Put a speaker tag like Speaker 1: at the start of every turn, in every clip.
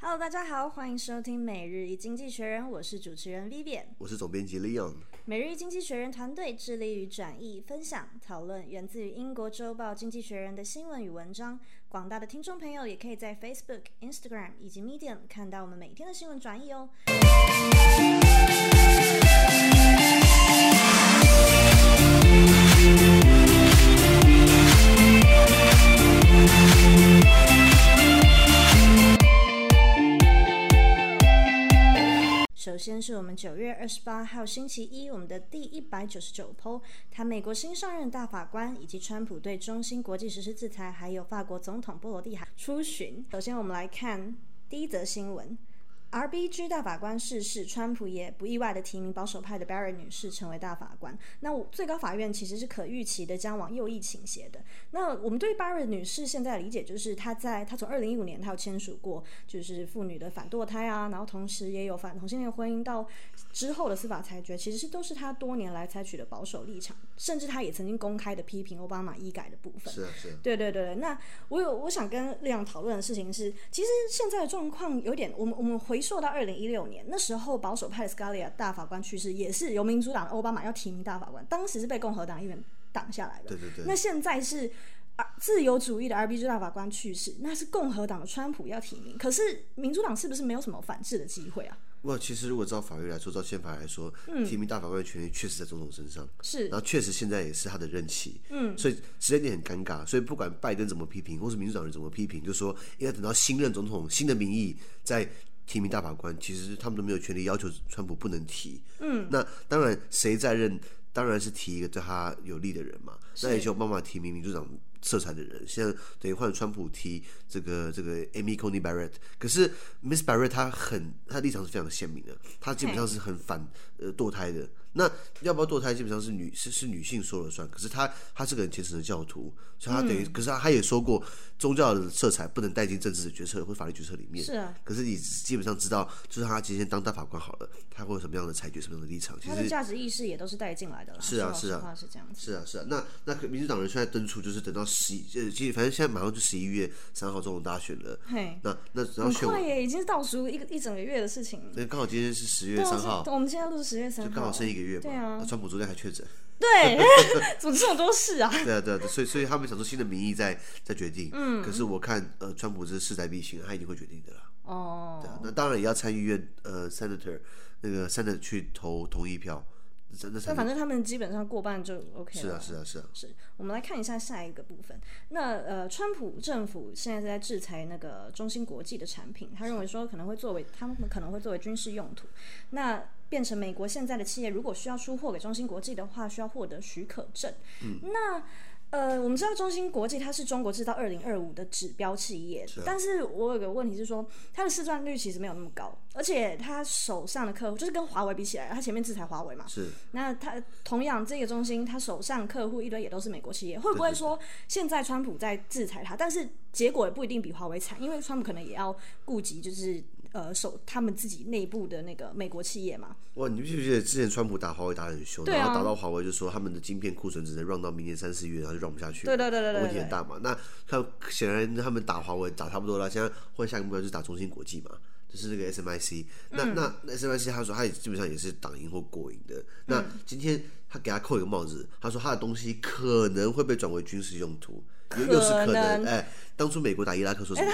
Speaker 1: Hello，大家好，欢迎收听《每日一经济学人》，我是主持人 Vivian。
Speaker 2: 我是总编辑 Leon。
Speaker 1: 每日一经济学人团队致力于转译、分享、讨论源自于英国周报《经济学人》的新闻与文章。广大的听众朋友也可以在 Facebook、Instagram 以及 Medium 看到我们每天的新闻转译哦。首先是我们九月二十八号星期一，我们的第一百九十九剖，谈美国新上任大法官以及川普对中芯国际实施制裁，还有法国总统波罗的海出巡。首先，我们来看第一则新闻。RBG 大法官逝世，川普也不意外的提名保守派的 Barry 女士成为大法官。那我最高法院其实是可预期的将往右翼倾斜的。那我们对 Barry 女士现在的理解就是，她在她从二零一五年她有签署过就是妇女的反堕胎啊，然后同时也有反同性恋婚姻到之后的司法裁决，其实是都是她多年来采取的保守立场，甚至她也曾经公开的批评奥巴马医改的部分。
Speaker 2: 是啊，是啊，
Speaker 1: 对对对，对那我有我想跟亮讨论的事情是，其实现在的状况有点，我们我们回溯到二零一六年，那时候保守派的 Scalia 大法官去世，也是由民主党的奥巴马要提名大法官，当时是被共和党议员挡下来的。
Speaker 2: 对对对。
Speaker 1: 那现在是啊自由主义的 RBG 大法官去世，那是共和党的川普要提名，可是民主党是不是没有什么反制的机会啊？
Speaker 2: 哇，其实如果照法律来说，照宪法来说，
Speaker 1: 嗯
Speaker 2: 提名大法官的权利确实在总统身上，
Speaker 1: 是
Speaker 2: 然后确实现在也是他的任期，嗯，所以时间点很尴尬，所以不管拜登怎么批评，或是民主党人怎么批评，就说应该等到新任总统、新的民意再提名大法官，其实他们都没有权利要求川普不能提，嗯，那当然谁在任，当然是提一个对他有利的人嘛，那也就有办法提名民主党色彩的人，现在等于换川普提这个这个 Amy Coney Barrett，可是 Miss Barrett 她很她的立场是非常鲜明的，她基本上是很反呃堕胎的。那要不要堕胎，基本上是女是是女性说了算。可是她她是个很虔诚的教徒，所以她等于、可是她她也说过，宗教的色彩不能带进政治的决策或法律决策里面。
Speaker 1: 是啊，
Speaker 2: 可是你基本上知道，就算她今天当大法官好了，她会有什么样的裁决，什么样的立场，其
Speaker 1: 他
Speaker 2: 实
Speaker 1: 的价值意识也都是带进来的啦。
Speaker 2: 是啊
Speaker 1: 说
Speaker 2: 是
Speaker 1: 老
Speaker 2: 啊
Speaker 1: 实话是这样子。
Speaker 2: 是啊，是啊，那那民主党人现在敦促就是等到十一，呃，其实反正现在马上就十一月三号总统大选了，
Speaker 1: 嘿，
Speaker 2: 那那然后
Speaker 1: 很
Speaker 2: 选
Speaker 1: 快
Speaker 2: 完，
Speaker 1: 耶，已经是倒数一个一整个月的事情了。
Speaker 2: 那刚好今天是十月
Speaker 1: 对啊
Speaker 2: 三
Speaker 1: 是
Speaker 2: 号，
Speaker 1: 我们现在录十月三
Speaker 2: 就
Speaker 1: 号，
Speaker 2: 刚好剩一个月嘛。
Speaker 1: 对啊
Speaker 2: 川普昨天还确诊，
Speaker 1: 对， 怎么这么多事啊？
Speaker 2: 对啊，对啊，对所以所以他们想出新的民意再再决定。嗯，可是我看呃，川普这势在必行，他一定会决定的啦。对啊
Speaker 1: 哦，
Speaker 2: 那当然也要参议院呃，senator 那个 senator 去投同意票，那那
Speaker 1: 那
Speaker 2: 才
Speaker 1: 反正他们基本上过半就 OK
Speaker 2: 是
Speaker 1: 了。
Speaker 2: 啊，是啊，是啊，
Speaker 1: 是我们来看一下下一个部分。那呃，川普政府现在是在制裁那个中芯国际的产品，他认为说可能会作为他们可能会作为军事用途，那变成美国现在的企业如果需要出货给中芯国际的话，需要获得许可证。那呃，我们知道中芯国际它是中国制造二零二五的指标企业，但是我有个问题是说，它的市占率其实没有那么高，而且它手上的客户就是跟华为比起来，它前面制裁华为嘛，
Speaker 2: 是
Speaker 1: 那他同样这个中心，他手上客户一堆也都是美国企业，会不会说现在川普在制裁他，但是结果也不一定比华为惨，因为川普可能也要顾及就是呃手他们自己内部的那个美国企业嘛。
Speaker 2: 哇，你记不记得之前川普打华为打得很凶，
Speaker 1: 对啊
Speaker 2: 然后打到华为就说他们的晶片库存只能让到明年三四月，然后就让不下去了，
Speaker 1: 对对对对对
Speaker 2: 问题
Speaker 1: 对
Speaker 2: 很大嘛。那他显然他们打华为打差不多了，现在换下一个目标就是打中芯国际嘛。就是那个 SMIC，那、
Speaker 1: 嗯
Speaker 2: 那那 SMIC 他说他也基本上也是党赢或国赢的。
Speaker 1: 嗯
Speaker 2: 那今天他给他扣一个帽子，他说他的东西可能会被转为军事用途，又又是
Speaker 1: 可
Speaker 2: 可
Speaker 1: 能
Speaker 2: 能。哎、当初美国打伊拉克说什么？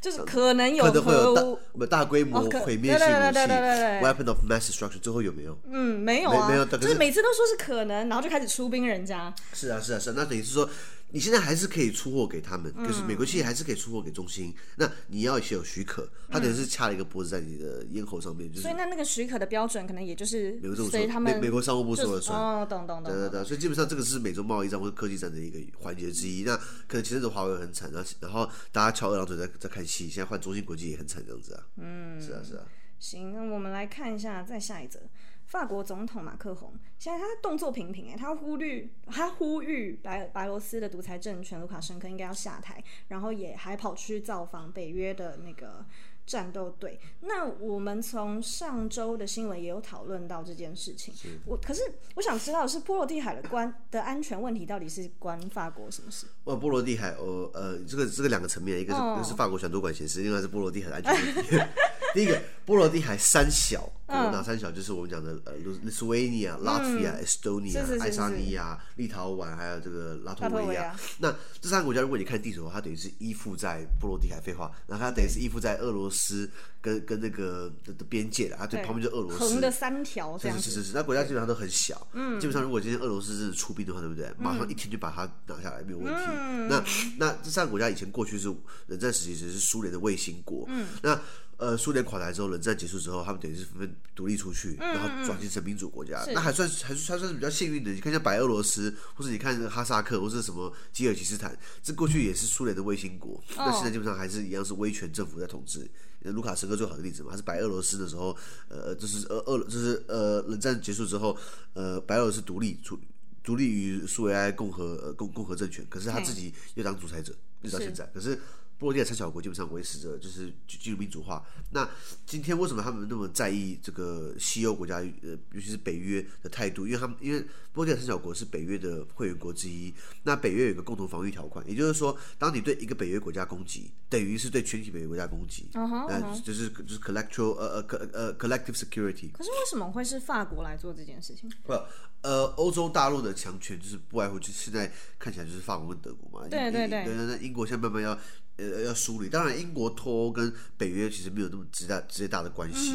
Speaker 1: 就是可能有
Speaker 2: 可能会有大
Speaker 1: 核武，
Speaker 2: 不大规模
Speaker 1: 哦可
Speaker 2: 毁灭性武
Speaker 1: 对对
Speaker 2: 器、
Speaker 1: 对对对对
Speaker 2: weapon of mass destruction，最后有没有？
Speaker 1: 嗯，没有啊，
Speaker 2: 没没有但
Speaker 1: 就
Speaker 2: 可
Speaker 1: 是
Speaker 2: 是
Speaker 1: 每次都说是可能，然后就开始出兵人家。
Speaker 2: 是啊，是啊，是啊。那等于是说，你现在还是可以出货给他们，可是
Speaker 1: 嗯
Speaker 2: 美国企业还是可以出货给中兴。那你要先有许可，他等于是掐了一个脖子在你的咽喉上面，就是
Speaker 1: 所以那那个许可的标准可能也就是
Speaker 2: 美国政府
Speaker 1: 随
Speaker 2: 说，
Speaker 1: 他
Speaker 2: 美
Speaker 1: 们
Speaker 2: 美国商务部
Speaker 1: 就
Speaker 2: 说了
Speaker 1: 是
Speaker 2: 算。
Speaker 1: 哦，懂懂懂
Speaker 2: 对对
Speaker 1: 懂。
Speaker 2: 对，所以基本上这个是美洲贸易战或者科技战的一个环节之一。那可能前阵子华为很惨，然后然后大家翘二郎腿在在看戏，现在换中芯国际也很惨这样子啊。嗯，是啊是啊，
Speaker 1: 行，那我们来看一下，再下一则。法国总统马克宏现在他动作频频哎，他呼吁他呼吁白白罗斯的独裁政权卢卡申科应该要下台，然后也还跑去造访北约的那个战斗队。那我们从上周的新闻也有讨论到这件事情。我可是我想知道的是，波罗的海的关的安全问题到底是关法国什么事？
Speaker 2: 哇，波罗的海，哦，呃，这个这个两个层面，一个是、
Speaker 1: 哦
Speaker 2: 一个是法国选多管闲事，另外是波罗的海的安全问题。 第一个，波罗的海三小，
Speaker 1: 嗯
Speaker 2: 哪三小？就是我们讲的呃，卢斯维尼亚、拉脱维亚、
Speaker 1: 是是
Speaker 2: Estonia、
Speaker 1: 是
Speaker 2: 爱沙
Speaker 1: 是
Speaker 2: 尼亚、立陶宛，还有这个拉脱
Speaker 1: 拉脱维
Speaker 2: 维
Speaker 1: 亚
Speaker 2: 亚。那这三个国家，如果你看地图的话，它等于是依附在波罗的海，废话，然后它等于是依附在俄罗斯跟跟那个的的边界的，啊，对，旁边就是俄罗斯
Speaker 1: 横。的三条这样
Speaker 2: 是
Speaker 1: 子。
Speaker 2: 是是是，那国家基本上都很小，嗯，基本上如果今天俄罗斯真的出兵的话，对不对？马
Speaker 1: 嗯
Speaker 2: 上一天就把它拿下来，没有问题。那那这三个国家以前过去是冷战时期，只是苏联的卫星国，嗯，那。呃，苏联垮台之后，冷战结束之后，他们等于是纷纷独立出去，
Speaker 1: 嗯
Speaker 2: 然后转型成民主国家，那还算还算还算是比较幸运的。你看像白俄罗斯，或者你看哈萨克，或者什么吉尔吉斯坦，这过去也是苏联的卫星国，
Speaker 1: 哦
Speaker 2: 那现在基本上还是一样是威权政府在统治。呃卢卡申科最好的例子嘛，他是白俄罗斯的时候，呃，就是呃俄就是呃冷战结束之后，呃白俄罗斯独立出独立于苏维埃共和、呃、共共和政权，可是他自己又当独裁者，一直到现在。可是波罗的海三小国基本上维持着就是进进入民主化。那今天为什么他们那么在意这个西欧国家，呃，尤其是北约的态度？因为他们因为波罗的海三小国是北约的会员国之一，那北约有一个共同防御条款，也就是说，当你对一个北约国家攻击，等于是对全体北约国家攻击，
Speaker 1: 嗯哼嗯
Speaker 2: 呃，就是就是 collective 呃呃 co- 呃 collective security。
Speaker 1: 可是为什么会是法国来做这件事情？
Speaker 2: 不，呃，欧洲大陆的强权就是不外乎就是现在看起来就是法国跟德国嘛。
Speaker 1: 对对
Speaker 2: 英
Speaker 1: 对
Speaker 2: 对。那英国现在慢慢要呃要梳理，当然英国脱欧跟北约其实没有那么直大直接大的关
Speaker 1: 嗯
Speaker 2: 系。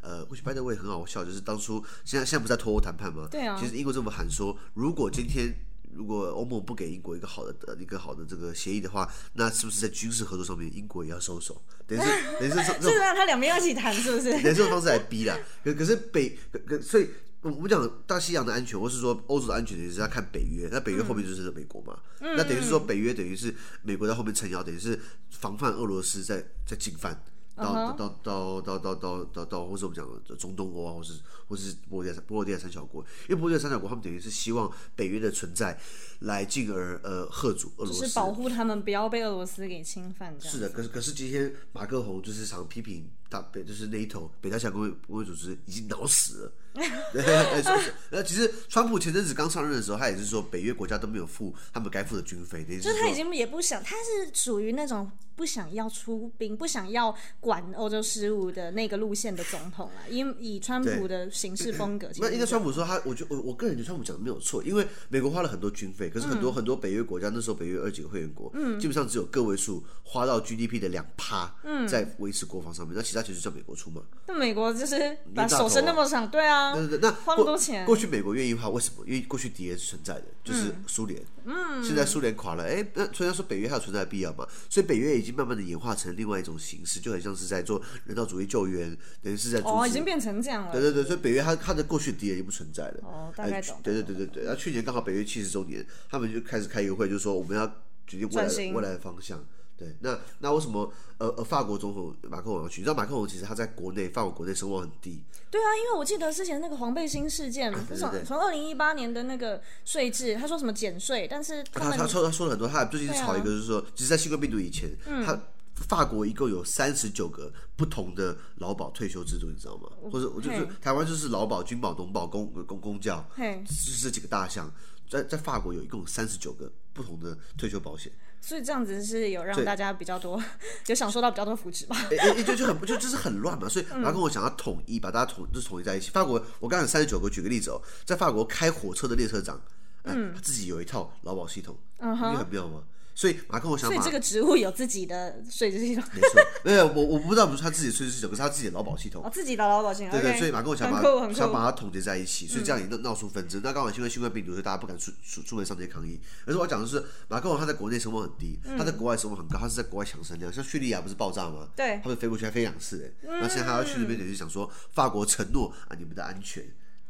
Speaker 2: 呃，或许拜登我也很好笑，就是当初现在现在不是在脱欧谈判吗？
Speaker 1: 对啊
Speaker 2: 其实英国政府喊说，如果今天。如果欧盟不给英国一个好的呃一个好的这个协议的话，那是不是在军事合作上面英国也要收手？等于 是等于是这这种
Speaker 1: 是让啊他两边要一起谈，是 不是？
Speaker 2: 拿这种方式来逼啦。可可是北可可所以。我们讲大西洋的安全，或是说欧洲的安全，也是要看北约。那北约后面就是美国嘛，
Speaker 1: 嗯
Speaker 2: 那等于是说北约等于是美国在后面撑腰，等于是防范俄罗斯在在进犯
Speaker 1: 嗯
Speaker 2: 到、到到到到到到到，或是我们讲的中东欧啊，或是或是波罗的海波罗的海三小国，因为波罗的海三小国他们等于是希望北约的存在，来进而呃吓阻俄罗斯，
Speaker 1: 是保护他们不要被俄罗斯给侵犯，这样
Speaker 2: 是的，可是可是今天马克宏就是常批评大北，就是 NATO 北大西洋公约公约组织已经脑死了。 对对对是那其实川普前阵子刚上任的时候，他也是说北约国家都没有付他们该付的军费，等于
Speaker 1: 就是是他已
Speaker 2: 说。
Speaker 1: 经也不想，他是属于那种不想要出兵、不想要管欧洲事务的那个路线的总统啦。因以川普的行事风格，其
Speaker 2: 那
Speaker 1: 实
Speaker 2: 应该川普说他，我觉我我个人觉得川普讲的没有错，因为美国花了很多军费，可是很
Speaker 1: 嗯
Speaker 2: 多、很多北约国家那时候北约二几个会员国，基本上只有个位数花到 GDP 的两趴，
Speaker 1: 嗯
Speaker 2: 在维持国防上面，那其他就是叫美国出嘛。
Speaker 1: 那美国就是把
Speaker 2: 大
Speaker 1: 手
Speaker 2: 头
Speaker 1: 伸那么长，对啊，
Speaker 2: 对对对，那
Speaker 1: 花那么
Speaker 2: 过
Speaker 1: 多钱
Speaker 2: 过去美国愿意花，为什么？因为过去敌人是存在的，就是苏联。嗯，现在苏联垮了，哎，那虽然说北约还有存在的必要嘛，所以北约已经慢慢的演化成另外一种形式，就很像是在做人道主义救援，等于是在阻
Speaker 1: 哦，已
Speaker 2: 止。
Speaker 1: 经变成这样了。
Speaker 2: 啊对对对，所以北约它它的过去敌人已经不存在了。
Speaker 1: 哦，大
Speaker 2: 哎
Speaker 1: 概
Speaker 2: 去
Speaker 1: 懂。
Speaker 2: 对对对对对，那去年刚好北约七十周年，他们就开始开一个会，就说我们要决定未
Speaker 1: 转
Speaker 2: 来
Speaker 1: 型
Speaker 2: 未来的方向。对，那那为什么呃呃法国总统马克龙要去？你知道马克龙其实他在国内法国国内声望很低，
Speaker 1: 对啊，因为我记得之前那个黄背心事件，从从二零一八年的那个税制，他说什么减税，但是
Speaker 2: 他
Speaker 1: 们
Speaker 2: 啊他说他说了很多，他最近
Speaker 1: 对啊嗯
Speaker 2: 炒一个，就是说，其实，在新冠病毒以前，他法国一共有三十九个不同的劳保退休制度，你知道吗？或者我就是
Speaker 1: 嘿
Speaker 2: 台湾就是劳保、军保、农保、公呃公公教，
Speaker 1: 嘿，
Speaker 2: 就是这几个大项，在在法国有一共三十九个不同的退休保险。
Speaker 1: 所以这样子是有让大家比较多， 有享受到比较多福祉吧。
Speaker 2: 哎哎、欸就就很就就是很乱嘛，所以
Speaker 1: 嗯
Speaker 2: 马克我想要统一，把大家统就是统一在一起。法国，我刚才三十九个，举个例子哦，在法国开火车的列车长，嗯，他自己有一套劳保系统，
Speaker 1: 嗯
Speaker 2: 你觉得很妙吗？所以马克我想
Speaker 1: 所以
Speaker 2: 把
Speaker 1: 这个职务有自己的税制系统，
Speaker 2: 没错，没有我我不知道不是他自己的税制系统，可是他自己的劳保系统
Speaker 1: 哦，。自己的劳保险。
Speaker 2: 对对，
Speaker 1: OK
Speaker 2: 所以马克龙想把
Speaker 1: 很酷很酷嗯
Speaker 2: 想把它统结在一起，所以这样也闹闹出纷争。那刚好因为新冠病毒，所以大家不敢出出出门上街抗议。而是我要讲的是，马克龙他在国内声望很低，他
Speaker 1: 嗯
Speaker 2: 在国外声望很高，他是在国外抢声量。像叙利亚不是爆炸吗？
Speaker 1: 对嗯
Speaker 2: 他们飞过去还飞两次，哎，然后现在他要去那边，等于想说法国承诺啊你们的安全，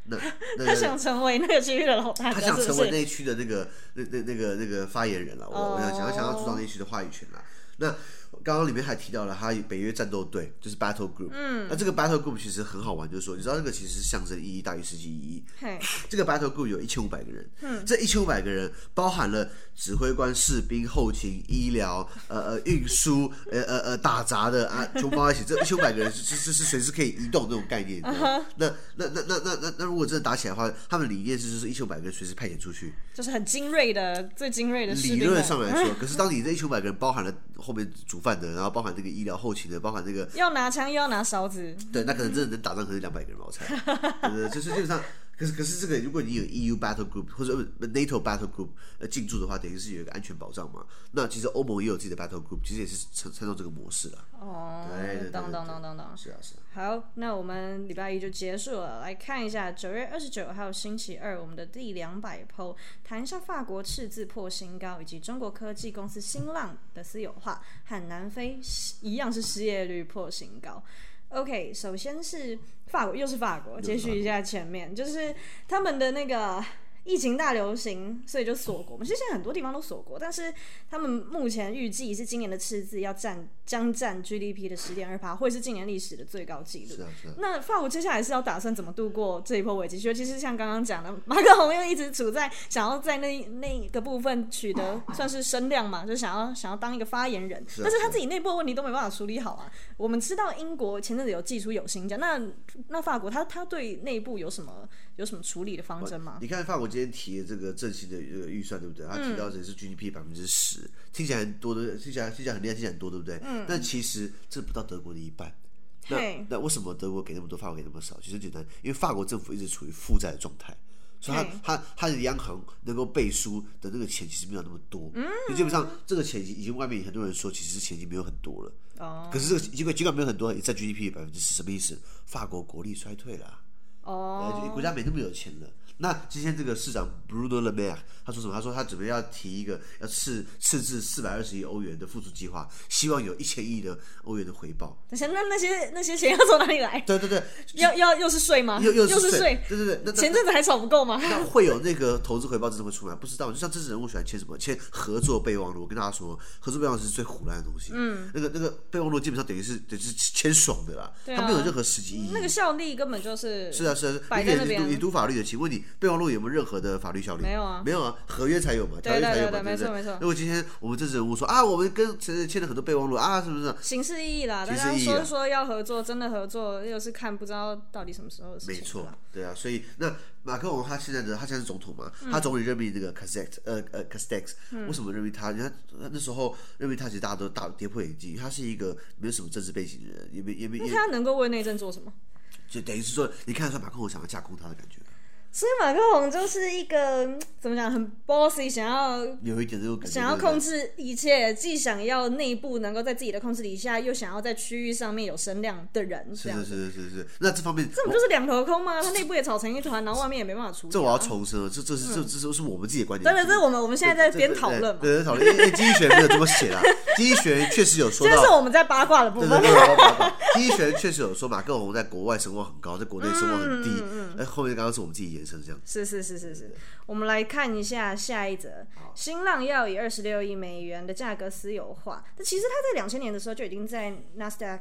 Speaker 2: 那那
Speaker 1: 他想成为那个区域的老大
Speaker 2: 他
Speaker 1: 哥，
Speaker 2: 想
Speaker 1: 是
Speaker 2: 成
Speaker 1: 不
Speaker 2: 为
Speaker 1: 是？
Speaker 2: 那一啊区的那个那那那个那个发言人了，我、我想想要想要主导那一区的话语权了。那刚刚里面还提到了他北约战斗队，就是 Battle Group。嗯，那这个 Battle Group 其实很好玩，就是说，你知道这个其实象征意义大于实际意义。
Speaker 1: 嘿，
Speaker 2: 这个 Battle Group 有一千五百个人，嗯，这一千五百个人包含了指挥官、士兵、后勤、医疗、呃呃运输、呃呃呃打杂的啊，全部包在一起。这一千五百个人是是是随时可以移动那种概念。你知道
Speaker 1: 嗯
Speaker 2: 吗那那那那那那那如果真的打起来的话，他们理念是就是一千五百个人随时派遣出去。
Speaker 1: 就是很精锐的，最精锐的士
Speaker 2: 理
Speaker 1: 兵们
Speaker 2: 论上来说， 可是当你这一千五百个人包含了后面煮饭的，然后包含这个医疗后勤的，包含这个
Speaker 1: 要拿枪又要拿勺子，
Speaker 2: 对，那可能真的能打仗，可能两百个人吧，我猜。 对对，对就是基本上，可是可是这个，如果你有 EU battle group 或者呃 NATO battle group 呃进驻的话，等于是有一个安全保障嘛。那其实欧盟也有自己的 battle group，其实也是参参照这个模式啦。
Speaker 1: 哦
Speaker 2: 对对，对
Speaker 1: 当当
Speaker 2: 对
Speaker 1: 当当当。
Speaker 2: 是啊，是啊。
Speaker 1: 好，那我们礼拜一就结束了，来看一下九月二十九号星期二我们的第两百 PO，谈一下法国赤字破新高，以及中国科技公司新浪的私有化和南非一样是失业率破新高。OK，首先是法国，又是法国，接续一下前面，就是他们的那个疫情大流行，所以就锁国嘛。其实现在很多地方都锁国，但是他们目前预计是今年的赤字要占将占 GDP 的十点二趴，会是近年历史的最高纪录
Speaker 2: 是。啊，是啊，
Speaker 1: 那法国接下来是要打算怎么度过这一波危机？尤其是像刚刚讲的，马克龙又一直处在想要在那那个部分取得算是声量嘛，就想要想要当一个发言人，
Speaker 2: 是啊
Speaker 1: 但是
Speaker 2: 是
Speaker 1: 他
Speaker 2: 啊
Speaker 1: 自己内部的问题都没办法处理好啊。我们知道英国前阵子有寄出有薪假，那那法国他他对内部有什么有什么处理的方针吗？
Speaker 2: 你看法国今天提的这个振兴的这个预算，对不对？他提
Speaker 1: 嗯
Speaker 2: 到的是 GDP 百分之十，听起来很多的，听起来听起来很厉害，听起来很多，对不对？嗯。但其实这不到德国的一半。
Speaker 1: 嘿
Speaker 2: 那那为什么德国给那么多，法国给那么少？其实简单，因为法国政府一直处于负债的状态，所以
Speaker 1: 对
Speaker 2: 它它它的央行能够背书的那个钱其实没有那么多，嗯，基本上这个钱已经已经外面很多人说，其实钱已经没有很多了。
Speaker 1: 哦
Speaker 2: 可是这个尽管尽管没有很多，也占 GDP 百分之十，什么意思？法国国力衰退了。
Speaker 1: 哦，
Speaker 2: 呃，就国家没那么有钱了。那今天这个市长 Bruno Le Maire 他说什么？他说他准备要提一个要赤赤字四百二十亿欧元的复苏计划，希望有一千亿的欧元的回报。
Speaker 1: 等一下那那些那些钱要从哪里来？
Speaker 2: 对对对，
Speaker 1: 要要又是税吗？
Speaker 2: 又又
Speaker 1: 是
Speaker 2: 是税，对对对，那
Speaker 1: 前
Speaker 2: 那
Speaker 1: 阵子还炒不够吗？
Speaker 2: 那会有那个投资回报真的会出来？不知道，就像政治人物喜欢签什么签合作备忘录。我跟大家说，合作备忘录是最胡乱的东西。嗯，那个那个备忘录基本上等于是等于是签爽的啦，
Speaker 1: 对啊
Speaker 2: 它没有任何实际意义。
Speaker 1: 那个效力根本就是
Speaker 2: 是啊，是啊，是啊
Speaker 1: 摆
Speaker 2: 你
Speaker 1: 在
Speaker 2: 也
Speaker 1: 那
Speaker 2: 是
Speaker 1: 边
Speaker 2: 读你读法律的，请问你备忘录有没有任何的法律效力？
Speaker 1: 没有啊
Speaker 2: 没有啊，合约才有嘛，条
Speaker 1: 对
Speaker 2: 约才有
Speaker 1: 对对对
Speaker 2: 嘛，不对？
Speaker 1: 没错没错
Speaker 2: 如果今天我们政治人物说啊，我们跟谁谁签了很多备忘录啊，是不是？
Speaker 1: 形式意义啦，大
Speaker 2: 形式
Speaker 1: 家
Speaker 2: 意义
Speaker 1: 说
Speaker 2: 啦
Speaker 1: 说要合作，真的合作，又是看不知道到底什么时候的事情。
Speaker 2: 没错，，对啊，所以那马克龙他现在的他现在是总统嘛，
Speaker 1: 嗯
Speaker 2: 他总理任命那个 Castex，呃呃 Castex，为什么任命他？人家他那时候任命他，其实大家都大跌破眼镜，因为他是一个没有什么政治背景的人，也没也没也
Speaker 1: 他能够为内政做什么？
Speaker 2: 就等于是说，你看得出来马克龙想要架空他的感觉，
Speaker 1: 所以马克龙就是一个嗯怎么讲，很 bossy，想要
Speaker 2: 有一点这种感觉，
Speaker 1: 想要
Speaker 2: 对不对
Speaker 1: 控制一切，既想要内部能够在自己的控制底下，又想要在区域上面有声量的人，这样
Speaker 2: 是。是是是是，那这方面
Speaker 1: 这
Speaker 2: 我
Speaker 1: 不就是两头空吗？他内部也吵成一团，然后外面也没办法处理啊。
Speaker 2: 这我要重申了，这这是这这是我们自己的观点。
Speaker 1: 嗯真的，这是我们我们现在在边讨论嘛，
Speaker 2: 对，对对讨论。因为经济学没有这么写啦，经济学确实有说
Speaker 1: 这就是
Speaker 2: 到。
Speaker 1: 我们在八卦的部
Speaker 2: 对
Speaker 1: 分
Speaker 2: 对。对，我要把 它经济学确实有说马克龙在国外声望很高，在国内声望很低。哎，后面刚刚是我们自己延伸这样。
Speaker 1: 是是是是是，我们来看一下下一则，新浪要以二十六亿美元的价格私有化。那其实它在两千年的时候就已经在 NASDAQ，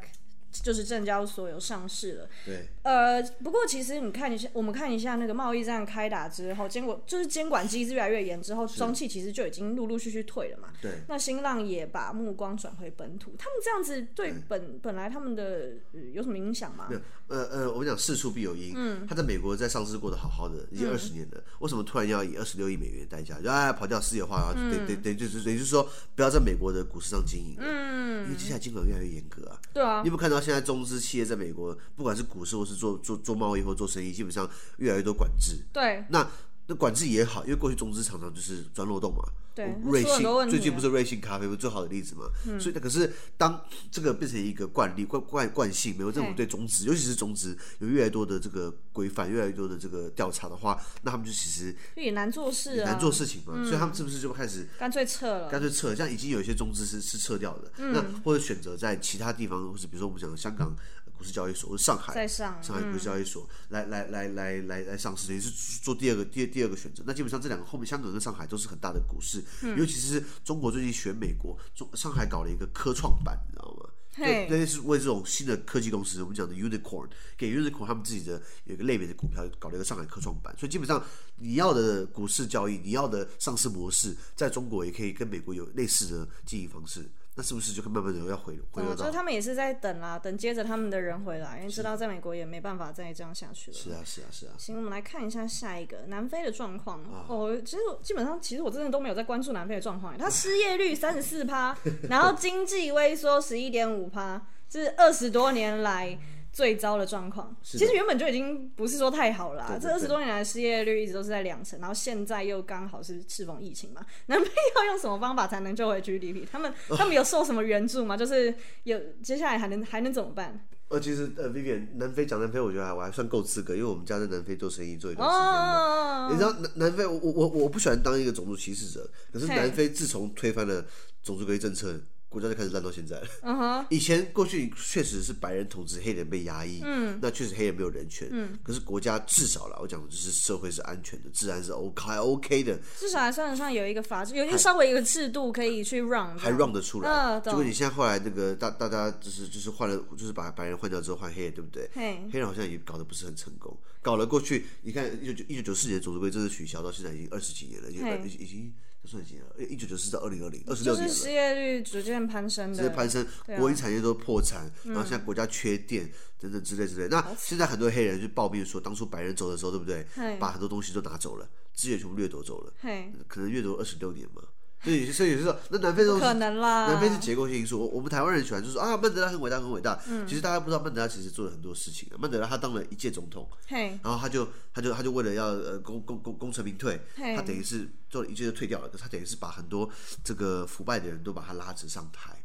Speaker 1: 就是证交所有上市了。
Speaker 2: 对，
Speaker 1: 呃，不过其实你看一下，我们看一下那个贸易战开打之后，监管就是监管机制越来越严之后，中企其实就已经陆陆续续退了嘛。
Speaker 2: 对。
Speaker 1: 那新浪也把目光转回本土，他们这样子对本本来他们的、呃有什么影响吗
Speaker 2: 没？有，呃呃，我们讲事出必有因。嗯，他在美国在上市过得好好的，已经二十年了，为什么突然要以二十六亿美元的代价，就哎跑掉私有化，然后等等等，就是等于是说不要在美国的股市上经营了。嗯，因为接下来监管越来越严格啊。
Speaker 1: 对啊
Speaker 2: 你有没有看到现在中资企业在美国，不管是股市或是做做做贸易或做生意，基本上越来越多管制。
Speaker 1: 对，
Speaker 2: 那那管制也好，因为过去中资常常就是钻漏洞嘛。
Speaker 1: 对
Speaker 2: 我
Speaker 1: 出
Speaker 2: 瑞
Speaker 1: 了很多问题嗯
Speaker 2: 幸最近不
Speaker 1: 啊
Speaker 2: 是瑞幸咖啡不是最好的例子嘛？所以可是当这个变成一个惯例、惯惯惯性，美国政府
Speaker 1: 对
Speaker 2: 对中资，尤其是中资有越来越多的这个规范、越来越多的这个调查的话，那他们就其实
Speaker 1: 就也难做事
Speaker 2: 很
Speaker 1: 啊，
Speaker 2: 难做事情嘛。所以他们是不是就开始
Speaker 1: 干脆撤了。
Speaker 2: 干脆撤，
Speaker 1: 嗯
Speaker 2: 像已经有一些中资是是撤掉的，那或者选择在其他地方，或者比如说我们讲香港、呃股市交易所，或者上海
Speaker 1: 在上
Speaker 2: 上海股市交易所来来来来来来上市，等于是做第二个第二第二个选择。那基本上这两个后面，香港跟上海都是很大的股市，尤其是中国最近选美国，中上海搞了一个科创板，你知道吗？
Speaker 1: 嘿啊
Speaker 2: 对，那是为这种新的科技公司，我们讲的 unicorn，给 unicorn 他们自己的有一个类别的股票，搞了一个上海科创板。所以基本上你要的股市交易，你要的上市模式，在中国也可以跟美国有类似的经营方式。那是不是就慢慢的要回回流
Speaker 1: 哦，就
Speaker 2: 到
Speaker 1: 是他们也是在等啦，等接着他们的人回来，因为知道在美国也没办法再这样下去了。
Speaker 2: 是啊，是啊，是啊。
Speaker 1: 行，我们来看一下下一个南非的状况。哦，其实我基本上，其实我真的都没有在关注南非的状况耶。欸它失业率三十四趴，然后经济萎缩十一点五趴，这是二十多年来最糟的状况。
Speaker 2: 是
Speaker 1: 其
Speaker 2: 的
Speaker 1: 实原本就已经不是说太好了啦
Speaker 2: 对对
Speaker 1: 这二十
Speaker 2: 对
Speaker 1: 多年来的失业率一直都是在两成，然后现在又刚好是适逢疫情嘛。南非要用什么方法才能救回 GDP？他们
Speaker 2: 哦
Speaker 1: 他们有受什么援助吗？就是有接下来还能还能怎么办？
Speaker 2: 呃，其实呃，Vivian，南非讲南非，我觉得还我还算够资格，因为我们家在南非做生意做一段时间了。
Speaker 1: 哦
Speaker 2: 你知道南南非，我我我我不喜欢当一个种族歧视者，可是
Speaker 1: 嘿
Speaker 2: 南非自从推翻了种族隔离政策，国家就开始烂到现 在了。
Speaker 1: 嗯哼。
Speaker 2: 以前过去确实是白人统治，黑人被压抑，嗯，那确实黑人没有人权，嗯，可是国家至少啦，我讲的就是社会是安全的，治安是 OK 还 OK 的，
Speaker 1: 至少还算得上有一个法制，有一个稍微一个制度可以去让，
Speaker 2: 还 run 得出来。
Speaker 1: 嗯懂
Speaker 2: 结果你现在后来那个大大家就是就是换了，就是把白人换掉之后换黑人，对不对？
Speaker 1: 嘿，
Speaker 2: 黑人好像也搞得不是很成功，搞了过去，你看一九九一九九四年种族规真的取消到现在已经二十几年了，已经
Speaker 1: 嘿
Speaker 2: 已经已经这算几年了？一九九四到二零二零，二十
Speaker 1: 就
Speaker 2: 六年
Speaker 1: 是
Speaker 2: 了。
Speaker 1: 失业率逐渐攀升
Speaker 2: 这
Speaker 1: 的，
Speaker 2: 攀升，
Speaker 1: 对啊嗯
Speaker 2: 国营产业都破产，然后现在国家缺电等等之类之类。那现在很多黑人就抱怨说，当初白人走的时候，对不对
Speaker 1: 嘿？
Speaker 2: 把很多东西都拿走了，资源全部掠夺走了，
Speaker 1: 嘿，
Speaker 2: 可能掠夺二十六 年嘛。所以，所以有时候那南非都
Speaker 1: 不
Speaker 2: 是
Speaker 1: 可能啊啦，
Speaker 2: 南非是结构性因素。我我们台湾人喜欢就说啊，曼德拉很伟大，很伟大。
Speaker 1: 嗯
Speaker 2: 其实大家不知道，曼德拉其实做了很多事情啊。曼德拉他当了一届总统，
Speaker 1: 嘿，
Speaker 2: 然后他就他就他就为了要呃功功功功成名退，
Speaker 1: 嘿
Speaker 2: 他等于是做了一届就退掉了，可是他等于是把很多这个腐败的人都把他拉直上台。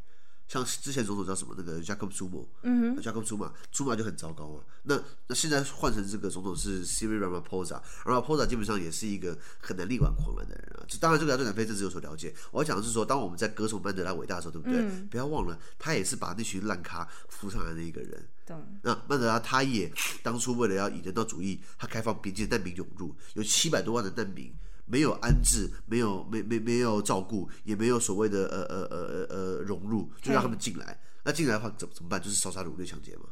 Speaker 2: 像之前总统叫什么那个 Jacob Zuma，嗯哼，Jacob Zuma Zuma 就很糟糕啊。那那现在换成这个总统是 Cyril Ramaphosa，Ramaphosa 基本上也是一个很能力挽狂澜的人啊。这当然这个要对南非政治有所了解。我要讲的是说，当我们在歌颂曼德拉伟大的时候，对不对？不要忘了，他也是把那群烂咖扶上来的一个人。
Speaker 1: 懂，
Speaker 2: 那曼德拉他也当初为了要以人道主义，他开放边境，难民涌入，有七百多万的难民没有安置，没有没没没有照顾，也没有所谓的呃呃呃呃呃融入，就让他们进来。那进来的话怎么怎么办？就是烧杀掳掠抢劫嘛。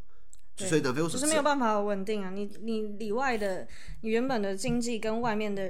Speaker 1: 对
Speaker 2: 所以南非为什
Speaker 1: 就
Speaker 2: 么
Speaker 1: 是没有办法稳定啊，你你里外的，你原本的经济跟外面的。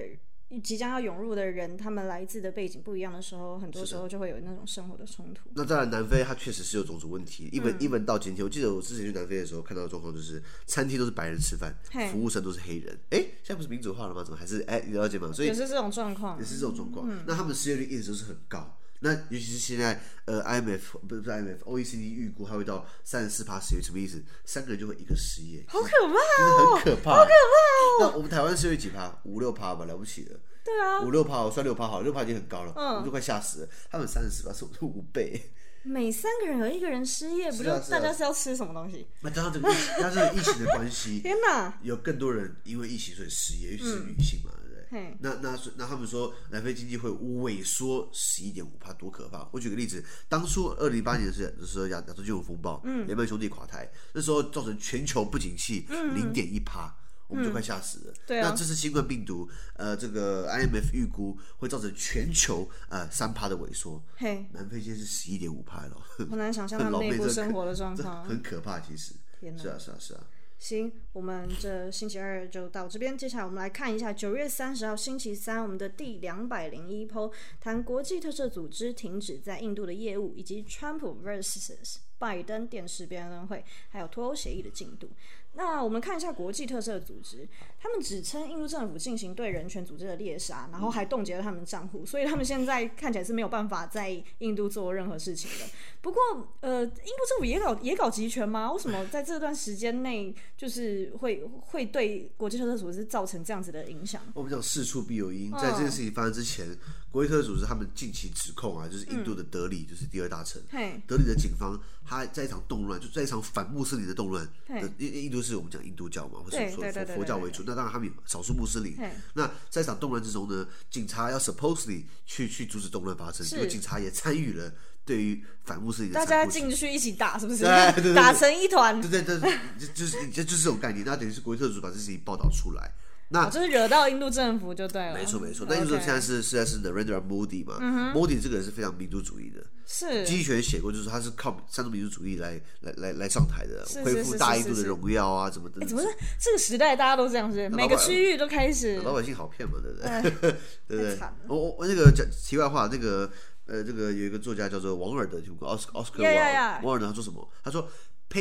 Speaker 1: 即将要涌入的人，他们来自的背景不一样的时候，很多时候就会有那种生活的冲突。
Speaker 2: 那当然，南非它确实是有种族问
Speaker 1: 嗯
Speaker 2: 题。一本一本到今天，我记得我之前去南非的时候看到的状况就是，餐厅都是白人吃饭
Speaker 1: 嘿，
Speaker 2: 服务生都是黑人。哎，现在不是民主化了吗？怎么还是哎？你了解吗？所以
Speaker 1: 也是这种状况
Speaker 2: 也，是这种状况。那他们失业率一直都是很高。那尤其是现在，呃，IMF 不是不是 IMF，OECD E 预估它会到三十四趴失业，什么意思？三个人就会一个失业，
Speaker 1: 好可怕
Speaker 2: 真的
Speaker 1: 哦！
Speaker 2: 很可怕，好可怕哦！那我们台湾失业几趴？五六趴吧，了不起的。
Speaker 1: 对啊，
Speaker 2: 五六趴，我算六趴好了，六趴已经很高了，我们都快吓死了。他们三十四趴是我们的五倍。
Speaker 1: 每三个人有一个人失业，不
Speaker 2: 是
Speaker 1: 就
Speaker 2: 啊是啊
Speaker 1: 大家是要吃什么东西？
Speaker 2: 那加上这个疫， 加上这个疫情的关系，
Speaker 1: 天哪！
Speaker 2: 有更多人因为疫情所以失业，尤其是女性嘛，对不
Speaker 1: 嗯嘿
Speaker 2: 对？那那是那他们说南非经济会萎缩十一点五帕，多可怕！我举个例子，当初二零一八年的时候的时候亚亚洲金融风暴，嗯，雷曼兄弟垮台，那时候造成全球不景气零点一帕。我们就快吓死了。
Speaker 1: 嗯对啊
Speaker 2: 那这次新冠病毒，呃，这个 IMF 预估会造成全球呃三趴的萎缩。
Speaker 1: 嘿，
Speaker 2: 南非现在是十一点五趴了，
Speaker 1: 很难想象嗯他
Speaker 2: 很
Speaker 1: 们
Speaker 2: 狼
Speaker 1: 内
Speaker 2: 狈，
Speaker 1: 部
Speaker 2: 这
Speaker 1: 生
Speaker 2: 可
Speaker 1: 活的状
Speaker 2: 这
Speaker 1: 况。
Speaker 2: 很可怕。其实，
Speaker 1: 天哪
Speaker 2: 是啊，是啊，是啊。
Speaker 1: 行，我们这星期二就到这边。接下来我们来看一下九月三十号星期三我们的第两百零一剖，谈国际特赦组织停止在印度的业务，以及川普 vs 拜登电视辩论会，还有脱欧协议的进度。那我们看一下国际特赦组织，他们指称印度政府进行对人权组织的猎杀，然后还冻结了他们的账户，所以他们现在看起来是没有办法在印度做任何事情的。不过，呃，印度政府也搞也搞集权吗？为什么在这段时间内，就是会会对国际特赦组织造成这样子的影响？
Speaker 2: 我们讲事出必有因，
Speaker 1: 嗯
Speaker 2: 在这件事情发生之前，国际特赦组织他们近期指控啊，就是印度
Speaker 1: 嗯
Speaker 2: 的德里，就是第二大城，
Speaker 1: 嘿，
Speaker 2: 德里的警方他在一场动乱，就在一场反穆斯林的动乱
Speaker 1: 嘿，
Speaker 2: 印印度是我们讲印度教嘛，或者
Speaker 1: 对
Speaker 2: 说
Speaker 1: 对对
Speaker 2: 佛
Speaker 1: 对
Speaker 2: 佛教
Speaker 1: 对
Speaker 2: 为主，那当然他们有少数穆斯林
Speaker 1: 嘿。
Speaker 2: 那在一场动乱之中呢，警察要 supposedly 去去阻止动乱发生，
Speaker 1: 是
Speaker 2: 结果警察也参与了对于反穆斯林的
Speaker 1: 大
Speaker 2: 残
Speaker 1: 家
Speaker 2: 酷行
Speaker 1: 进去一起打，是不是？
Speaker 2: 对对对
Speaker 1: 打成一团，
Speaker 2: 对对对，就就是就就是这种概念。那等于是国际特组把这事情报道出来。那
Speaker 1: 哦就是惹到印度政府就对了。
Speaker 2: 没错没错，那印度
Speaker 1: 啊 OK 嗯
Speaker 2: 现在是现在是 Narendra Modi 嘛、m o d i 这个人是非常民族主义的。
Speaker 1: 是
Speaker 2: 经济学写过，就是他是靠三种民族主义来来来来上台的，
Speaker 1: 是
Speaker 2: 恢
Speaker 1: 是
Speaker 2: 复
Speaker 1: 是
Speaker 2: 大
Speaker 1: 是
Speaker 2: 印度
Speaker 1: 是
Speaker 2: 的荣耀啊，怎么等
Speaker 1: 怎
Speaker 2: 等
Speaker 1: 么。是这个时代大家都这样是不是？每个区域都开始
Speaker 2: 老百姓好骗嘛，对不 对？对不
Speaker 1: 哎太
Speaker 2: 对
Speaker 1: 惨了？
Speaker 2: 我我我那个讲题外话，那个呃，这个有一个作家叫做王尔德，就奥斯奥斯卡
Speaker 1: Yeah, yeah, yeah.
Speaker 2: 王尔德，他说什么？他说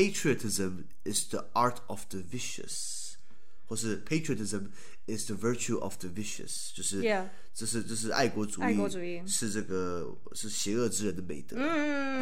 Speaker 2: Patriotism is the art of the vicious，或是 Patriotism is the virtue of the vicious，就是
Speaker 1: Yeah.
Speaker 2: 这是这是爱国主义，
Speaker 1: 爱国主义
Speaker 2: 是这个是邪恶之人的美德，嗯，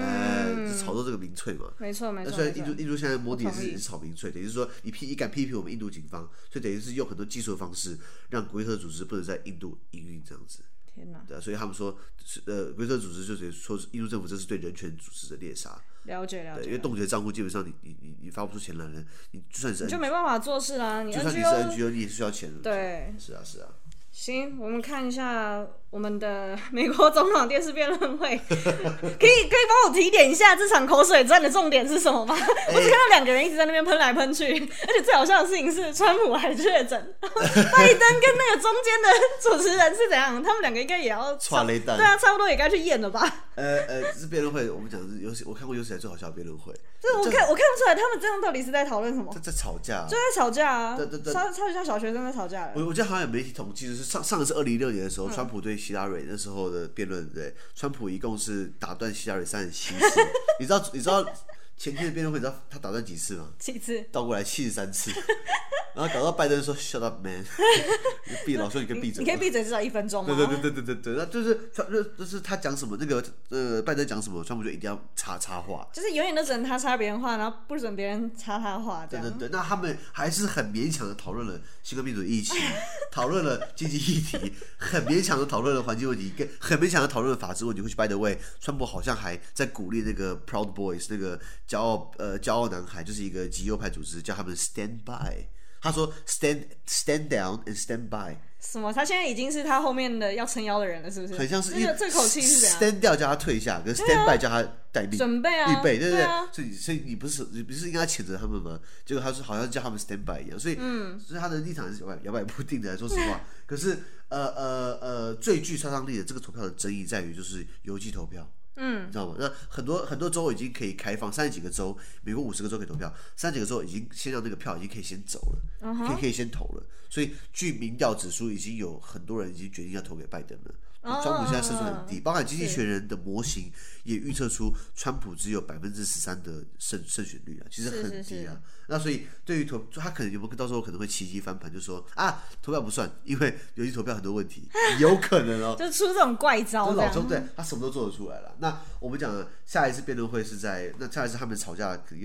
Speaker 2: 呃，是炒作这个民粹嘛，
Speaker 1: 没错没
Speaker 2: 那
Speaker 1: 错
Speaker 2: 虽
Speaker 1: 没
Speaker 2: 然印度
Speaker 1: 错，
Speaker 2: 印度现在摸底也
Speaker 1: 我同
Speaker 2: 是
Speaker 1: 意
Speaker 2: 也是草民粹，等于是说你批你敢批评我们印度警方，所以等于是用很多技术的方式让国际特组织不能在印度营运这样子，
Speaker 1: 天哪，
Speaker 2: 对啊，所以他们说是呃国际特组织就等于说是印度政府这是对人权组织的猎杀，
Speaker 1: 了解了
Speaker 2: 对，
Speaker 1: 解
Speaker 2: 因为。冻结账户基本上你你你你发不出钱来了，你就算你是
Speaker 1: 就
Speaker 2: N,
Speaker 1: 没办法做事啦，你
Speaker 2: 就算你
Speaker 1: NGO
Speaker 2: 是 NGO 你也是需要钱的，，
Speaker 1: 对，
Speaker 2: 是啊是啊，
Speaker 1: 行，我们看一下我们的 美国总统电视辩论会，可以可以帮我提点一下这场口水战的重点是什么吗？我
Speaker 2: 哎
Speaker 1: 只看到两个人一直在那边喷来喷去，而且最好笑的事情是，川普还确诊，拜登跟那个中间的主持人是怎样？他们两个应该也要
Speaker 2: 踹雷弹
Speaker 1: 对啊，差不多也该去验了吧？
Speaker 2: 呃呃，这辩论会我们讲的是有史我看过有史以来最好笑的辩论会，
Speaker 1: 这我看我看不出来他们这样到底是在讨论什么
Speaker 2: 在，在吵架啊，
Speaker 1: 就在吵架啊，
Speaker 2: 对对对
Speaker 1: 超超级像小学生在吵架了。
Speaker 2: 我我记得好像有媒体统计，就是上上一次二零一六年的时
Speaker 1: 嗯
Speaker 2: 候，川普对希拉蕊那时候的辩论，对，川普一共是打断希拉蕊三十七次， 你知道你知道前天的辩论会，你知道他打断几次吗？
Speaker 1: 其次，
Speaker 2: 倒过来七十 三次，然后搞到拜登说 “Shut up, man”，你 闭老说你可以闭嘴
Speaker 1: 你可以
Speaker 2: 吗。
Speaker 1: 闭嘴至少一分钟吗？啊
Speaker 2: 对对对对对对对，那就是他，那就是他讲什么，那个呃，拜登讲什么，川普就一定要插插话。
Speaker 1: 就是永远都只能他插别人话，然后不准别人插他话，这
Speaker 2: 对
Speaker 1: 样。
Speaker 2: 对对，那他们还是很勉强的讨论了新冠病毒疫情， 讨论了经济议题，很勉强的讨论了环境问题，跟很勉强的讨论了法治问题。或许 by the way，川普好像还在鼓励那个 Proud Boys 那个骄傲呃骄傲男孩，就是一个极右派组织，叫他们 Stand By。他说 Stand Stand Down and Stand By，
Speaker 1: 什么？他现在已经是他后面的要撑腰的人了，是不是？
Speaker 2: 很像是
Speaker 1: 这个这口气是怎样？啊
Speaker 2: Stand 掉叫他退下，跟 Stand By 叫他待命。
Speaker 1: 准备啊，
Speaker 2: 预备，
Speaker 1: 对
Speaker 2: 对不对？
Speaker 1: 啊，
Speaker 2: 所以所以你不是你不是应该谴责他们吗？结果他说好像叫他们 stand by 一样，所以、
Speaker 1: 嗯
Speaker 2: 所以他的立场是摇摆摇摆不定的。说实话，可是呃呃呃，最具杀伤力的这个投票的争议在于就是邮寄投票。嗯，你知道吗？那很多很多州已经可以开放，三十几个州，美国五十个州可以投票，三十几个州已经先让这个票已经可以先走了可
Speaker 1: 啊
Speaker 2: 以可以先投了。所以据民调指数，已经有很多人已经决定要投给拜登了。
Speaker 1: 哦
Speaker 2: 川普现在胜算很低，包含经济学人的模型也预测出川普只有百分之十三的胜胜选率啊，其实
Speaker 1: 是
Speaker 2: 很
Speaker 1: 是
Speaker 2: 低啊。
Speaker 1: 是
Speaker 2: 那所以对于投他可能有没有到时候可能会奇迹翻盘，就说啊投票不算，因为邮寄投票很多问题，有可能 哦。
Speaker 1: 就是出这种怪招
Speaker 2: 就
Speaker 1: 这
Speaker 2: 老
Speaker 1: 样。
Speaker 2: 中对他什么都做得出来了。那我们讲了下一次辩论会是在那下一次他们吵架，可应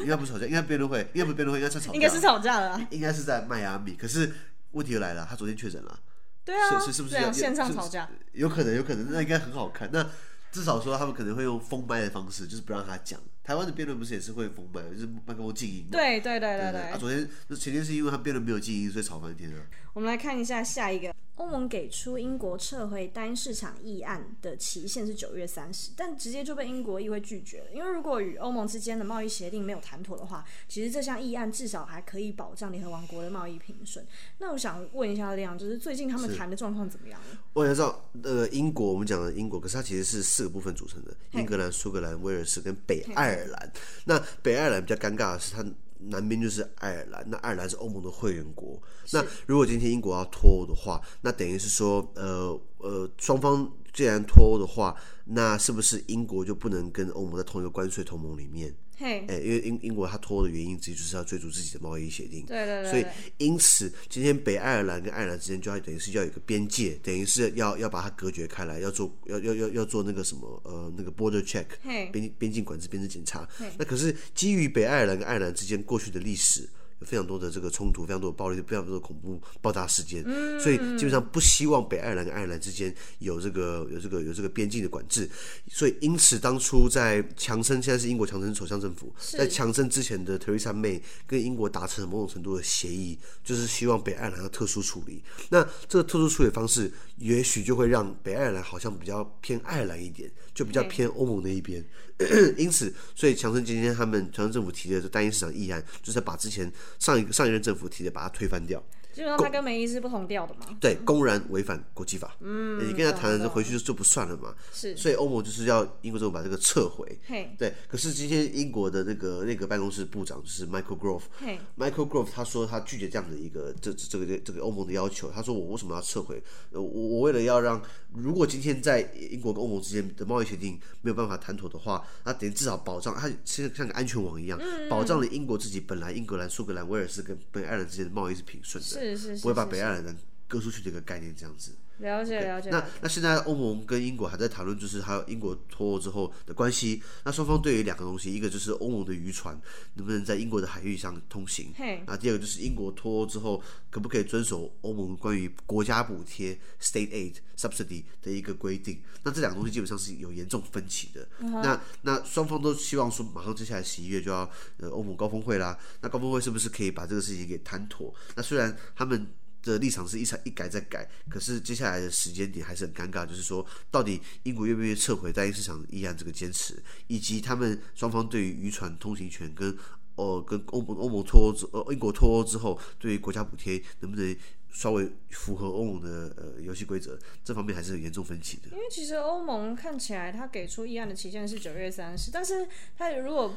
Speaker 2: 应该不是吵架，应该辩论会，应该不是辩论会，应该是吵架，
Speaker 1: 应该是吵架了啊，
Speaker 2: 应该是在迈阿密。可是问题又来了，他昨天确诊了。
Speaker 1: 对啊，
Speaker 2: 是是是不是
Speaker 1: 这样
Speaker 2: 要
Speaker 1: 线上
Speaker 2: 是不
Speaker 1: 吵架？
Speaker 2: 有可能，有可能，那应该很好看。那至少说他们可能会用封麦的方式，就是不让他讲。台湾的辩论不是也是会封麦，就是麦克风静音嘛。
Speaker 1: 对对对对
Speaker 2: 对啊，昨天那前天是因为他辩论没有静音，所以吵翻天了。
Speaker 1: 我们来看一下下一个。欧盟给出英国撤回单市场议案的期限是九月三十，但直接就被英国议会拒绝了。因为如果与欧盟之间的贸易协定没有谈妥的话，其实这项议案至少还可以保障联合王国的贸易平顺。那我想问一下亮，就是最近他们谈的状况怎么样了？
Speaker 2: 我想知道，呃，英国我们讲的英国，可是它其实是四个部分组成的：英格兰、苏格兰、威尔士跟北爱尔兰。那北爱尔兰比较尴尬的是，它南边就是爱尔兰，那爱尔兰是欧盟的会员国。那如果今天英国要脱欧的话，那等于是说，呃呃，双方既然脱欧的话，那是不是英国就不能跟欧盟在同一个关税同盟里面？
Speaker 1: 嘿、
Speaker 2: 哎、因为英英国它脱欧的原因，直接就是要追逐自己的贸易协定。
Speaker 1: 对对对
Speaker 2: 所以
Speaker 1: 对
Speaker 2: 因此，今天北爱尔兰跟爱尔兰之间就要等于是要有一个边界，等于是要要把它隔绝开来，要做要要要要做那个什么呃那个 border check
Speaker 1: 嘿
Speaker 2: 边边境管制、边境检查。那可是基于北爱尔兰跟爱尔兰之间过去的历史。有非常多的这个冲突，非常多的暴力，非常多的恐怖爆炸事件，
Speaker 1: 嗯
Speaker 2: 所以基本上不希望北爱尔兰跟爱尔兰之间有这个有这个有这个边境的管制，所以因此当初在强生现在是英国强生首相政府，
Speaker 1: 是
Speaker 2: 在强生之前的 Theresa May 跟英国达成了某种程度的协议，就是希望北爱尔兰要特殊处理。那这个特殊处理方式，也许就会让北爱尔兰好像比较偏爱尔兰一点，就比较
Speaker 1: 对
Speaker 2: 偏欧盟那一边。因此，所以强生今天他们强生政府提的这单一市场议案，就是把之前上一个上一任政府提的把它推翻掉。
Speaker 1: 基本上它跟梅伊是不同调的嘛。
Speaker 2: 对，公然违反国际法。嗯，你跟他谈了，就
Speaker 1: 懂
Speaker 2: 回去就就不算了嘛。
Speaker 1: 是，
Speaker 2: 所以欧盟就是要英国政府把这个撤回。
Speaker 1: 嘿，
Speaker 2: 对，可是今天英国的那个那个办公室部长就是 Michael Gove，
Speaker 1: 嘿，
Speaker 2: Michael Grove 他说他拒绝这样的一个这这这个这个这个欧盟的要求，他说我为什么要撤回？呃我我为了要让如果今天在英国跟欧盟之间的贸易协定没有办法谈妥的话，那等于至少保障它像像个安全网一样，
Speaker 1: 嗯
Speaker 2: 保障了英国自己本来英格兰、苏格兰、威尔士跟北爱尔兰之间的贸易是平顺的，
Speaker 1: 是是是，
Speaker 2: 不会把
Speaker 1: 是
Speaker 2: 北
Speaker 1: 是
Speaker 2: 爱尔兰割出去的一个概念这样子。
Speaker 1: 了解了解。
Speaker 2: 那那现在欧盟跟英国还在谈论，就是还有英国脱欧之后的关系。那双方对于两个东西，一个就是欧盟的渔船能不能在英国的海域上通行
Speaker 1: 嘿，
Speaker 2: 那第二个就是英国脱欧之后可不可以遵守欧盟关于国家补贴 （state aid subsidy） 的一个规定。那这两个东西基本上是有严重分歧的。那那双方都希望说，马上接下来十一月就要呃欧盟高峰会啦。那高峰会是不是可以把这个事情给谈妥？那虽然他们的立场是一改一改再改，可是接下来的时间点还是很尴尬，就是说到底英国愿不愿意撤回单一市场议案这个坚持，以及他们双方对于渔船通行权跟呃跟欧盟欧盟脱欧之呃英国脱欧之后对于国家补贴能不能稍微符合欧盟的呃游戏规则，这方面还是有严重分歧的。
Speaker 1: 因为其实欧盟看起来它给出议案的期限是九月三十，但是它如果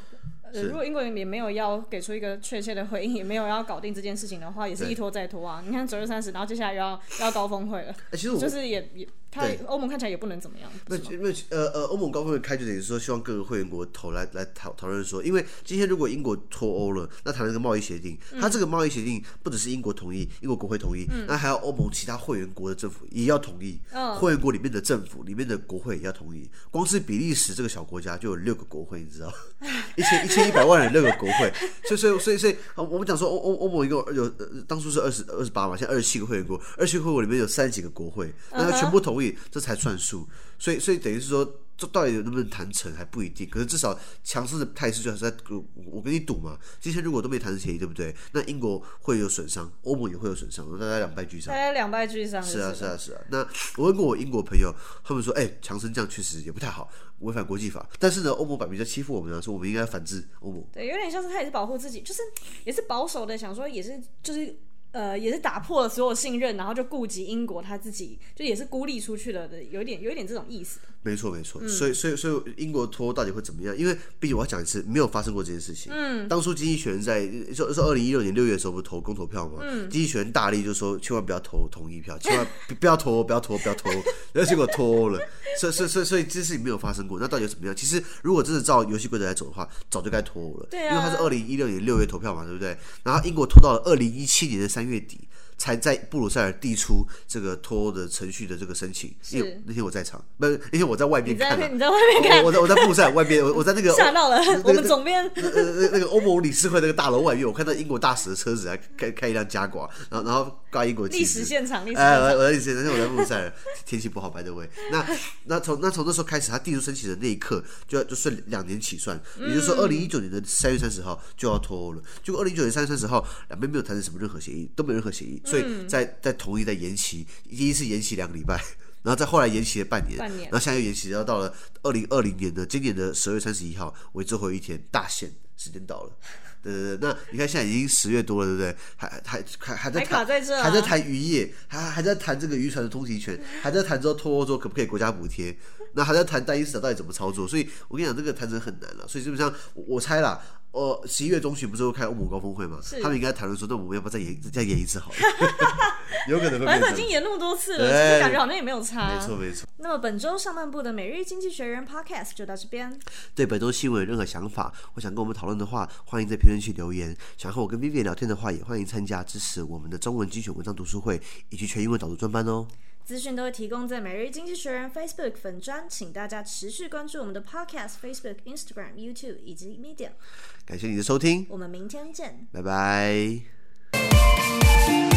Speaker 1: 呃如果英国也没有要给出一个确切的回应，也没有要搞定这件事情的话，也是一拖再拖啊。你看九月三十，然后接下来又要又要高峰会了，
Speaker 2: 哎、其实我
Speaker 1: 就是也也它
Speaker 2: 对
Speaker 1: 欧盟看起来也不能怎么样，
Speaker 2: 那
Speaker 1: 是吗
Speaker 2: 因为呃呃，欧盟高峰会开就等于说，希望各个会员国头来来讨讨论说，因为今天如果英国脱欧了，那谈这个贸易协定，
Speaker 1: 嗯
Speaker 2: 它这个贸易协定不只是英国同意，英国国会同意，那还有欧盟其他会员国的政府也要同意，
Speaker 1: 嗯
Speaker 2: 会员国里面的政府里面的国会也要同意。光是比利时这个小国家就有六个国会，你知 道，一千一千一百万人六个国会，所以所以所以所以，呃我们讲说欧欧欧盟一共有呃当初是二十二十八嘛，现在二十七个会员国，二十七个会员国里面有三十几个国会，那
Speaker 1: 嗯
Speaker 2: 它
Speaker 1: 哼
Speaker 2: 全部同意，这才算数。所以所以等于是说，这到底能不能谈成还不一定。可是至少强势的态势就是在，我我跟你赌嘛，今天如果都没谈成协议，对不对？那英国会有损伤，欧盟也会有损伤，大家两败俱伤
Speaker 1: 大。家两败俱伤。
Speaker 2: 是啊，
Speaker 1: 就是
Speaker 2: 啊，是啊。那我问过我英国朋友，他们说，哎、强生这样确实也不太好，违反国际法。但是呢，欧盟摆明在欺负我们啊，说我们应该反制欧盟。
Speaker 1: 对，有点像是他也是保护自己，就是呃也是保守的，想说也是就是呃也是打破了所有信任，然后就顾及英国他自己，就也是孤立出去了的，有一点有一点这种意思。
Speaker 2: 没错，没错。所以，所以，所以英国脱欧到底会怎么样？因为毕竟我要讲一次，没有发生过这件事情。嗯，当初经济学人在说说二零一六年六月的时候不是投公投票吗？嗯，经济学人大力就说千万不要投同意票，千万不 不要脱欧，不要脱欧，不要脱欧。然后结果脱欧了，所以，所以，所以，所以这件事情没有发生过。那到底有怎么样？其实如果真的照游戏规则来走的话，早就该脱欧了。
Speaker 1: 对啊
Speaker 2: 因为它是二零一六年六月投票嘛，对不对？然后英国拖到了二零一七年的三月底。才在布鲁塞尔递出这个脱欧的程序的这个申请，因为
Speaker 1: 是
Speaker 2: 那天我在场，不是那天我在外
Speaker 1: 你
Speaker 2: 面
Speaker 1: 在
Speaker 2: 看
Speaker 1: 那
Speaker 2: 啊、
Speaker 1: 边你在外面看
Speaker 2: 我我在我在布鲁塞尔外面，我我在那 个
Speaker 1: 吓到了
Speaker 2: 那，
Speaker 1: 我
Speaker 2: 那
Speaker 1: 们总编
Speaker 2: 那那那那个欧盟理事会那个大楼外面，我看到英国大使的车子还开开一辆加挂，然后然后挂英国旗帜
Speaker 1: 历史现场，历史现
Speaker 2: 哎，
Speaker 1: 场。
Speaker 2: 我我的意思，但是我在布鲁塞尔， 天气不好，白的喂。那那从那从那时候开始，他递出申请的那一刻，就要就算两年起算，也就是说，
Speaker 1: 嗯
Speaker 2: 二零一九年的三月三十号就要脱欧了。结果二零一九年三月三十号，两边没有谈成什么任何协议，都没有任何协议，
Speaker 1: 嗯
Speaker 2: 所以在在同意在延期，第一次延期两个礼拜。 然后再后来延期了半年，
Speaker 1: 半年
Speaker 2: 然后现在又延期到到了二零二零年的今年的十二月三十一号为最后一天，大限时间到了。对对对，那你看现在已经十月多了，对不对？还还还还在
Speaker 1: 还
Speaker 2: 谈
Speaker 1: 卡在这啊
Speaker 2: 还在谈渔业，还还在谈这个渔船的通行权，还在谈之后脱欧之后可不可以国家补贴，那还在谈单一市场到底怎么操作。所以我跟你讲，这个谈成很难了。所以基本上我我猜啦。呃，十一月中旬不是会开欧盟高峰会吗
Speaker 1: 是？
Speaker 2: 他们应该谈论说，那我们要不要再演再演一次 好了？有可能会
Speaker 1: 反
Speaker 2: 变
Speaker 1: 正都已
Speaker 2: 成
Speaker 1: 经演那么多次了，
Speaker 2: 对
Speaker 1: 其实感觉好像也没有差。
Speaker 2: 没错没错。
Speaker 1: 那么本周上半部的每日经济学人 Podcast 就到这边。
Speaker 2: 对本周新闻有任何想法，或想跟我们讨论的话，欢迎在评论区留言。想和我跟 Vivian 聊天的话，也欢迎参加支持我们的中文精选文章读书会以及全英文导读专班哦。
Speaker 1: 资讯都会提供在每日经济学人 Facebook 粉专，请大家持续关注我们的 Podcast、Facebook、Instagram、YouTube 以及 Medium。
Speaker 2: 感谢你的收听，
Speaker 1: 我们明天见。
Speaker 2: 拜拜。